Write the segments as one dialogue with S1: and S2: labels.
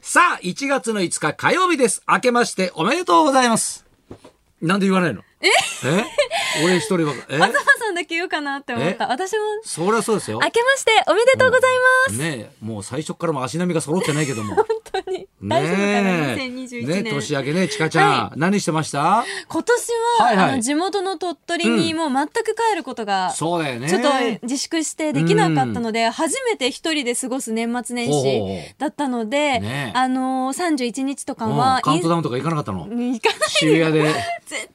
S1: さあ、1月の5日火曜日です。明けましておめでとうございます。なんで言わないのえ俺一人は、え
S2: 東さんだけ言うかなって思った。
S1: え
S2: 私も、
S1: そりゃそうですよ。
S2: 明けましておめでとうございます。
S1: ねえ、もう最初からも足並みが揃ってないけども。ね
S2: 本当に。
S1: え
S2: 大丈夫かな、2021年。
S1: ねえ年明けね、ちかちゃん、
S2: は
S1: 何してました
S2: 今年は、
S1: はいはい
S2: あの地元の鳥取にもう全く帰ることが、
S1: そうだよね。
S2: ちょっと自粛してできなかったので、初めて一人で過ごす年末年
S1: ほうほうほ
S2: 始だったので、
S1: ねえ
S2: あのー、31日とか
S1: うん
S2: は、
S1: カウントダウンとか行かなかったの
S2: い行かない
S1: 渋谷で
S2: 絶対行かない。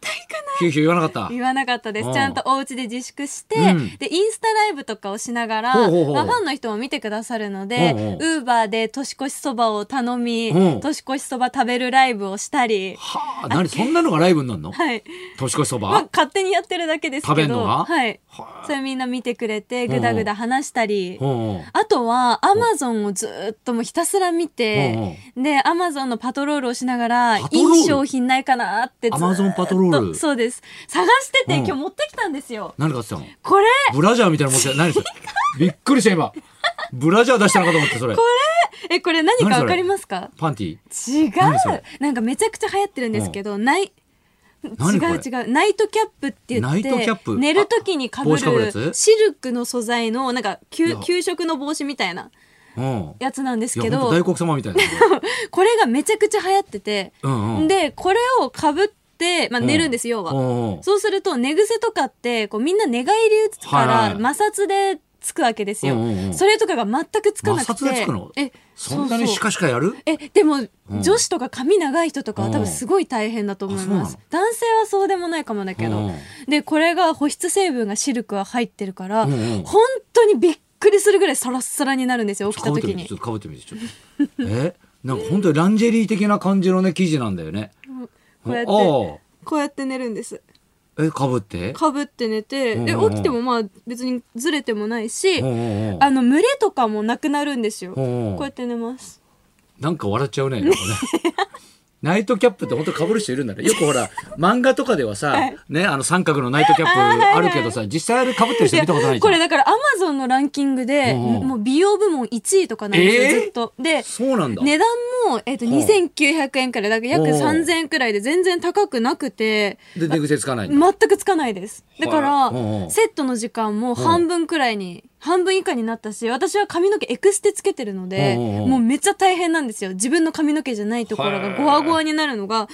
S1: ヒューヒュー言わなかった
S2: 言わなかったで
S1: うん
S2: す。ちゃんとお家で自粛して、
S1: うん
S2: で、インスタライブとかをしながら、
S1: ほうほうほう
S2: まあファンの人も見てくださる
S1: うん
S2: の
S1: うん
S2: で、ウーバーで年越しそばを頼み、
S1: うん
S2: 年越しそば食べるライブをしたり、
S1: はあ何そんなのがライブになるの
S2: はい。
S1: 年越しそば、
S2: まあ、勝手にやってるだけですけど、
S1: 食べんのが
S2: はい。
S1: はあ
S2: それみんな見てくれて、ぐだぐだ話したり、
S1: ほうほう
S2: あとは、アマゾンをずーっともうひたすら見て、で、アマゾンのパトロールをしながら、い
S1: パトロール
S2: い商品ないかなってずーっと、
S1: Amazon パトロール
S2: そうです。探してて、
S1: うん
S2: 今日持ってきたんですよ。
S1: 何買ってたの
S2: これ
S1: ブラジャーみたいなの持ってた何それびっくりした今ブラジャー出したのかと思ってそれ
S2: え、これ何
S1: 何
S2: か
S1: それ
S2: わかりますか
S1: パンティ
S2: 違う
S1: 何それ
S2: なんかめちゃくちゃ流行ってるんですけど、ない、違う
S1: 何これ
S2: 違う。ナイトキャップって言って、
S1: ナイトキャップ
S2: 寝る時に被
S1: あ帽子被るやつ
S2: るシルクの素材の、なんか
S1: い
S2: 給
S1: や、
S2: 給食の帽子みたいな
S1: うん
S2: やつなんです
S1: い
S2: け
S1: やほん
S2: ど
S1: と、大黒様みたいな
S2: これがめちゃくちゃ流行ってて、
S1: うんうん
S2: で、これを被って、まあ、寝るんです、要
S1: う
S2: は。
S1: んうん
S2: そうすると、寝癖とかって、こう、みんな寝返り打つか
S1: はい
S2: ら、
S1: は
S2: 摩擦でつくわけです
S1: うんうんう
S2: よ。
S1: ん
S2: それとかが全くつかなくて。
S1: 摩擦でつくの
S2: え、
S1: そんなに
S2: うう
S1: シカシカやる
S2: え、でも、
S1: うん
S2: 女子とか髪長い人とかは多
S1: うん
S2: 分すごい大変だと思い
S1: あ
S2: ま
S1: そう
S2: す
S1: な。
S2: 男性はそうでもないかもだけ
S1: う
S2: ど
S1: ん。
S2: で、これが保湿成分がシルクは入ってるから、
S1: うんうん
S2: 本当にびっくりするぐらいサラッサラになるんですよ、起き
S1: か
S2: た
S1: ぶって
S2: 時
S1: みて
S2: に
S1: ちょ。っとかぶってみてちょっと えなんか本当にランジェリー的な感じのね生地なんだよね
S2: こうやって
S1: あ
S2: こうやって寝るんです。
S1: あえかぶって
S2: かぶって寝て、で、
S1: うんうんうん
S2: 起きてもまあ別にずれてもないし、
S1: うんうんうん
S2: あの、群れとかもなくなるんですよ。
S1: う
S2: こ
S1: んうん
S2: うやって寝ます。
S1: なんか笑っちゃうね。 なんかねナイトキャップって本当被る人いるんだね。よくほ ら、漫画とかではさ、ね、あの三角のナイトキャップあるけどさ、実際あれ被ってる人見たことないじ
S2: こ
S1: ゃ
S2: れ
S1: ん。
S2: だからアマゾンのランキングで、
S1: うんうん
S2: もう美容部門1位とかなんですよ、
S1: えー
S2: ずっと。で、
S1: そうなんだ。
S2: 値段も、えっと
S1: ん
S2: 2900円くらいだから約
S1: おう
S2: 3000円くらいで全然高くなくて
S1: で、寝癖つかないんだ。
S2: 全くつかないですだか
S1: は
S2: ら
S1: いおうおう
S2: セットの時間も半分くらいに半分以下になったし私は髪の毛エクステつけてるので
S1: おうおうおう
S2: もうめっちゃ大変なんですよ自分の髪の毛じゃないところ
S1: へ
S2: が
S1: え
S2: ゴワゴワになるのが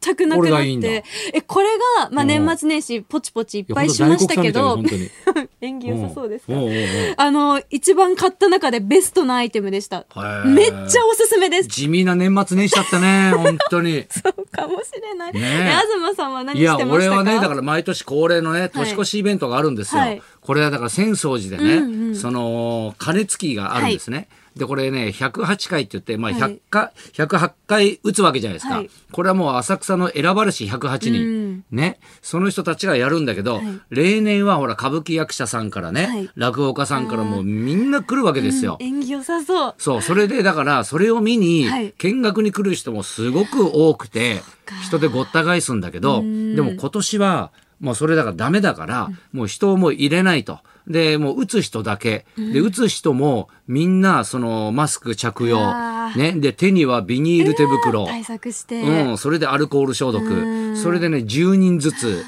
S2: 全くなく
S1: これ
S2: なっ
S1: が
S2: て
S1: いいんだ
S2: えこれが、まあ、
S1: おうおう
S2: 年末年始ポチポチいっ
S1: いや
S2: ぱいしましたけど
S1: 本当に
S2: 縁起
S1: 大黒様みたいな本当に。
S2: 良さそうですか
S1: んんんうん
S2: あの一番買った中でベストなアイテムでした
S1: へえ
S2: めっちゃおすすめです
S1: 地味な年末年始だったね、本当に。
S2: そうかもしれない。
S1: ね
S2: ね
S1: え
S2: 東さんは何
S1: い
S2: してま
S1: や、
S2: し
S1: 俺
S2: たか
S1: はね、だから毎年恒例のね、年越しイベントがあるんですよ。
S2: はい
S1: これはだから浅草寺でね、
S2: うんうん
S1: その、鐘つきがあるんですね。で、これね、108回って言って、まあ、
S2: は
S1: 100
S2: い
S1: 回、108回打つわけじゃないですか。
S2: はい
S1: これはもう浅草の選ばれし108人、ね、その人たちがやるんだけど、例年はほら、歌舞伎役者さんからね、
S2: はい
S1: 落語家さんからもうみんな来るわけですよ。
S2: 演技良さそう。
S1: そう、それでだから、それを見に
S2: はい、
S1: 見学に来る人もすごく多くて、人でごった返すんだけど、でも今年は、もうそれだからダメだから、もう人をもう入れないと。で、もう打つ人だけ。で、打つ人もみんな、その、マスク着用
S2: あ。ー
S1: ね。で、手にはビニール手袋。
S2: 対策して。
S1: うん、それでアルコール消毒。それでね、10人ずつ。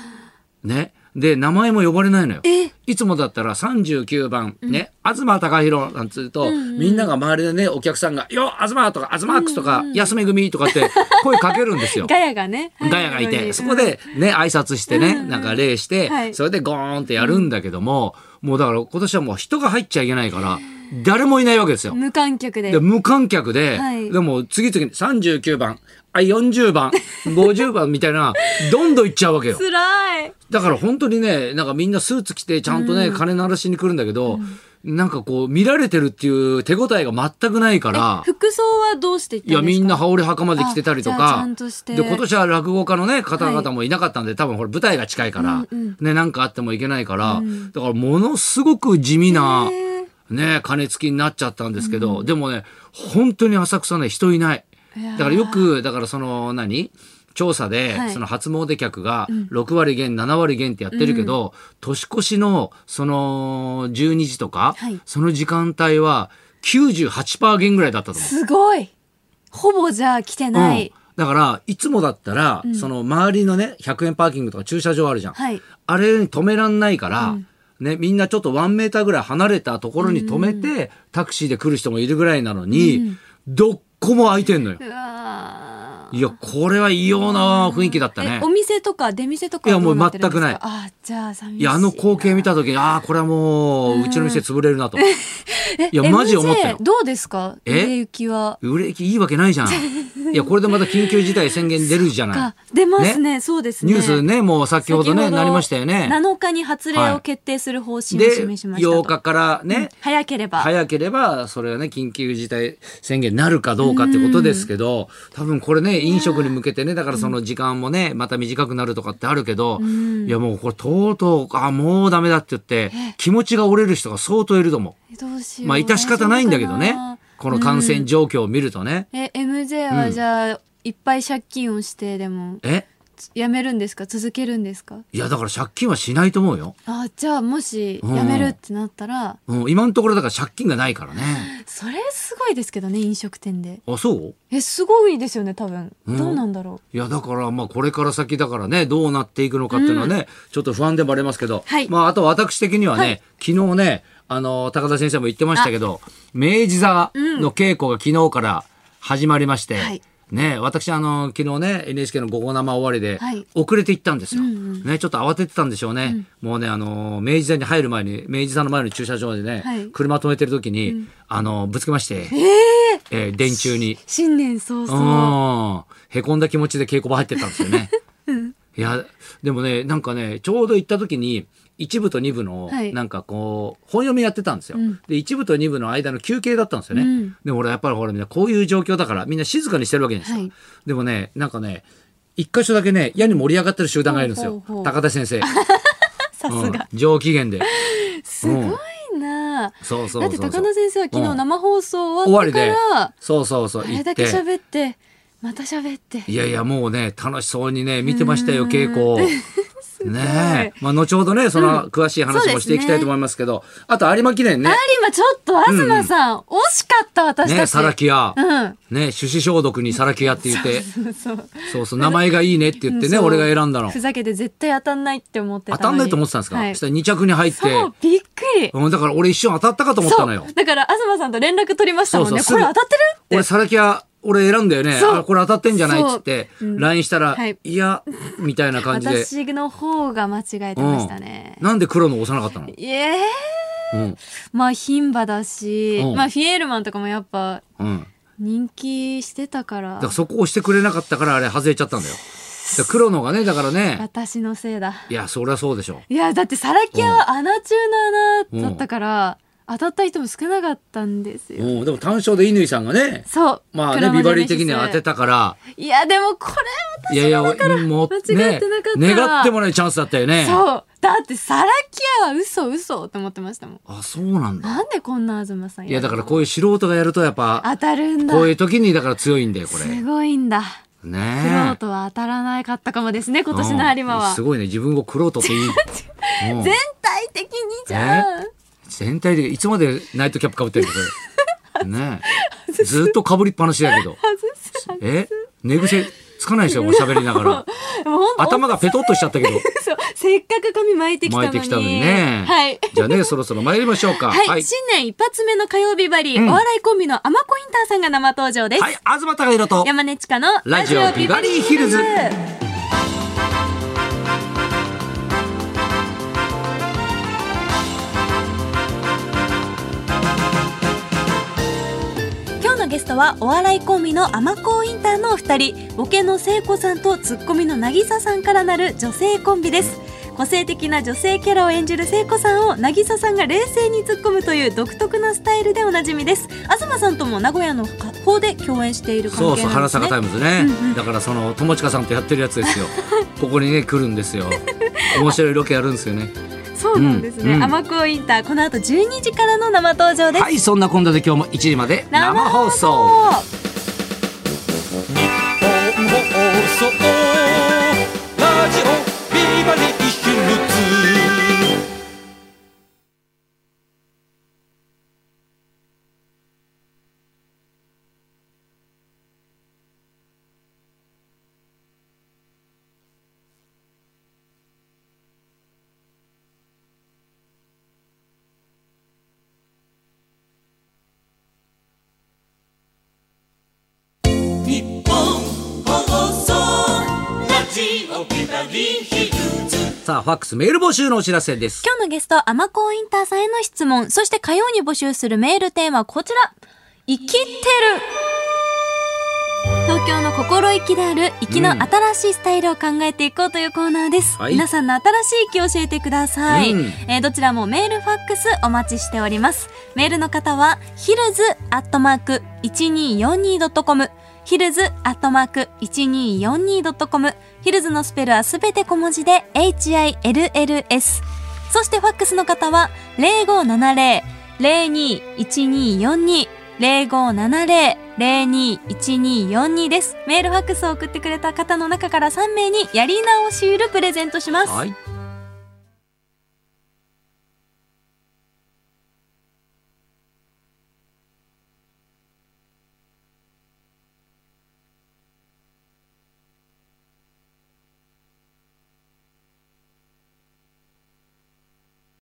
S1: ね。で、名前も呼ばれないのよ。いつもだったら39番、ね、東隆弘なんつうと、みんなが周りでね、お客さんが、よ、東とか、東マックスとか、安め組とかって声 かけるんですよ。
S2: ガヤがね。
S1: ガヤがい
S2: は
S1: て、そこ。でね、挨拶してね、なんか礼して
S2: は、い
S1: それでゴーンってやるんだけども、もうだから今年はもう人が入っちゃいけないから、誰もいないわけですよ
S2: うん。無観客で
S1: で。無観客で、
S2: はい
S1: でも次々に39番あ40番50番みたいなどんどん行っちゃうわけよ
S2: つらい。
S1: だから本当にねなんかみんなスーツ着てちゃんとね、鐘鳴らしに来るんだけど、なんかこう見られてるっていう手応えが全くないから。
S2: 服装はどうしていったん
S1: い
S2: です
S1: や
S2: か
S1: みんな羽織袴で着てたりと
S2: あじゃあち
S1: か
S2: ゃんとして
S1: で今年は落語家の、ね、方々もいなかったんで、多分ほら舞台が近いから、ね、なんかあってもいけないから、だからものすごく地味な、ね、金付きになっちゃったんですけど、でもね本当に浅草ね人いない
S2: いやー
S1: だからよくだからその何調査で、
S2: はい
S1: その初詣客が6割減、7割減ってやってるけど、年越しのその12時とか、
S2: はい
S1: その時間帯は98%減ぐらいだったと思う。
S2: すごい。ほぼじゃあ来てな
S1: うん
S2: い。
S1: だから、いつもだったら、その周りのね、100円パーキングとか駐車場あるじゃん。
S2: はい
S1: あれに止めらんないから、ね、みんなちょっと1メーターぐらい離れたところに止めて、タクシーで来る人もいるぐらいなのに、どっこも空いてんのよ
S2: う。わー
S1: いや、これは異様な雰囲気だったね
S2: えお。店とか出店とか
S1: いやもう
S2: どなってるんですか
S1: 全くない
S2: あじゃあ寂しい
S1: いや、あの光景見た時に、ああ、これはもう、うちの店潰れるなと。いや、マジ思ったよ
S2: MJ。どうですか
S1: え
S2: 売れ行きは
S1: 売れ行きいいわけないじゃん。いや、これでまた緊急事態宣言出るじゃない
S2: か。出ますねそうですね
S1: ニュースね、もう先ほどね、なりましたよね。
S2: 7日に発令を決定する方針を示しましたと、
S1: 8日からね、
S2: 早ければ、
S1: 早ければ、それはね、緊急事態宣言になるかどうかってことですけど、多分これね、飲食に向けてね、だからその時間もね、また短くなるとかってあるけど、いやもうこれとうとう、あ、もうダメだって言って、気持ちが折れる人が相当いると思
S2: どう
S1: う。
S2: しよう
S1: まあ、致し方ないんだけど
S2: どうし
S1: ね
S2: ようかな、
S1: この感染状況を見るとね。
S2: え MJ はじゃあ、いっぱい借金をしてでも
S1: え
S2: つやめるんですか続けるんですか
S1: いや、だから借金はしないと思うよ。
S2: あじゃあもしやめるってなったら、
S1: うん、今のところだから借金がないからね。
S2: それすごいですけどね飲食店で
S1: あ、そう
S2: えすごいですよね多分、
S1: うん
S2: どうなんだろ
S1: いやだからまあこれから先だからねどうなっていくのかっていうのはね、ちょっと不安でもありますけど、
S2: はい
S1: まああと私的にはね、昨日ねあの高田先生も言ってましたけど明治座の稽古が昨日から始まりまして、
S2: はい
S1: ね私あの昨日ね NHK の「午後生終わり」で
S2: はい
S1: 遅れて行ったんですよ、ねちょっと慌ててたんでしょうね、もうねあの明治座に入る前に明治座の前の駐車場でね、
S2: はい
S1: 車止めてる時に、あのぶつけまして、えー電柱に
S2: う。新年早々
S1: うん。へこんだ気持ちで稽古場入ってったんですよ ね。いや、でもね、なんかね、ちょうど行った時に、一部と二部の
S2: は、い
S1: なんかこう、本読みやってたんですよ。
S2: うん
S1: で、一部と二部の間の休憩だったんですよね。
S2: うん
S1: でも俺やっぱりほら、みんなこういう状況だから、みんな静かにしてるわけじゃないですか。
S2: はい
S1: でもね、なんかね、一箇所だけね、矢に盛り上がってる集団がいるんですよ。
S2: ほうほうほう
S1: 高田先 生。
S2: さ
S1: う
S2: す
S1: ん
S2: が、
S1: 上機嫌で。
S2: すごいなあ
S1: そうそう
S2: だ
S1: そう
S2: って
S1: そう。
S2: 高田先生は昨
S1: う
S2: 日
S1: ん
S2: 生放送
S1: 終
S2: 終わ
S1: わ
S2: って
S1: り
S2: か
S1: で
S2: ら、。
S1: そうそうそう。
S2: あ
S1: 行
S2: れ
S1: っ
S2: だ
S1: て
S2: け喋ってまた喋って
S1: いやいや、もうね、楽しそうにね、見てましたよ、稽古を。ねえ。まあ、後ほどね、その詳しい話もしていきたいと思いますけど、あと有馬記念ね
S2: あ、りまちょっと東さん、惜しかった私
S1: ね、
S2: たち
S1: サラキア
S2: う。ん
S1: ね、手指消毒にサラキアって言って、
S2: そう
S1: そうそう、名前がいいねって言ってね、
S2: そう
S1: 俺が選んだの
S2: ふ。ざけて絶対当たんないって思ってたの
S1: 当
S2: に
S1: たんないと思ってたんですか
S2: は
S1: そ
S2: い
S1: したら2着に入って、
S2: そうびっくり
S1: うんだから俺一瞬当たったかと思ったのよ
S2: そう。だから東さんと連絡取りましたもん
S1: そう
S2: ね
S1: そうすぐ
S2: これ当たってるって
S1: 俺サラキア、俺選んだよね。
S2: そう
S1: あこれ当たってんじゃないっつって、
S2: そううん
S1: LINE したら、
S2: はい
S1: いや、みたいな感じで。
S2: 私の方が間違えてましたね
S1: うん。なんで黒の押さなかったの
S2: いえー
S1: うん。
S2: まあ牝馬だし、
S1: うん
S2: まあフィエールマンとかもやっぱ
S1: うん。
S2: 人気してたから
S1: だからそこを押してくれなかったからあれ外れちゃったんだよ。だから黒のがね、だからね、
S2: 私のせいだ
S1: いや、そりゃそうでしょ。
S2: いやだってサラキアは穴中の穴だったから当たった人も少なかったんですよ
S1: うん、でも単勝で乾さんがね、
S2: そう
S1: まあ
S2: ク
S1: ね、
S2: ラマ
S1: ビ
S2: ジ
S1: バ
S2: ェ
S1: リ
S2: ネ
S1: ー
S2: シス
S1: 的には当てたから、
S2: いやでもこれ
S1: いやいや、もう
S2: 間違
S1: ね
S2: ってなか、った
S1: 願ってもないチャンスだったよね。
S2: そうだってサラキアは嘘嘘って思ってましたもん
S1: あ、そうなんだ。
S2: なんでこんな東さん
S1: い
S2: や
S1: や、
S2: る
S1: だからこういう素人がやるとやっぱ、
S2: 当たるんだ
S1: こういう時にだから強いんだよ、これ。
S2: すごいんだクロー
S1: ねえ。
S2: トは当たらなかったかもですね今年の有馬
S1: うん
S2: は
S1: すごいね、自分をクロートって言い。うん
S2: 全体的にじゃん
S1: 全体でいつまでナイトキャップかぶってるん だよ。ねえ。ずっとかぶりっぱなしだけど。
S2: 外す
S1: え寝癖つかない ですよ、もう喋りながら。
S2: もうほんと
S1: 頭がペトッとしちゃ ったけど。
S2: そうせっかく髪巻いてきたの
S1: 巻い
S2: に
S1: てきたのにね。
S2: はい
S1: じゃあね、そろそろ参りましょうか。
S2: はい、
S1: はい。
S2: 新年一発目の火曜日バリー、
S1: うん
S2: お笑いコンビのアマコインターさんが生登場です。
S1: はい、東隆弘と。
S2: 山根ちかの
S1: ラジオビバリーヒルズ
S2: 今日のゲストはお笑いコンビのアマコインターのお二人ボケの聖子さんとツッコミの渚さんからなる女性コンビです個性的な女性キャラを演じる聖子さんを渚さんが冷静に突っ込むという独特なスタイルでおなじみです東さんとも名古屋の方で共演している関係
S1: そ
S2: な
S1: う
S2: んですね
S1: そう、原坂タイムズね
S2: うんうん。
S1: だからその、友近さんとやってるやつですよ。 ここにね、来るんですよ。面白いロケやるんですよね。
S2: そうなんですね、
S1: うんうん
S2: アマコインターこの後12時からの生登 場です、
S1: はい、そんな今度で今日も1時まで
S2: 生
S1: 生
S2: 放
S1: 放
S2: 送
S1: 送。
S3: ラジオビバリーヒルズ」ラビーヒルズ
S1: さあ、ファックスメール募集のお知らせです。
S2: 今日のゲスト、アマコーインターさんへの質問、そして火曜に募集するメールテーマはこちら。生きてる東京の心意気である生きの新しいスタイルを考えていこうというコーナーです。
S1: はい
S2: 皆さんの新しい気を教えてください、
S1: うん
S2: えーどちらもメール、ファックスお待ちしております。メールの方は、ヒルズアットマーク 1242.com ヒルズアットマーク 1242.com ヒルズのスペルはすべて小文字で HILLS そしてファックスの方は0570-021242 0570-021242です。メールファックスを送ってくれた方の中から3名にやり直しうるプレゼントします。
S1: はい。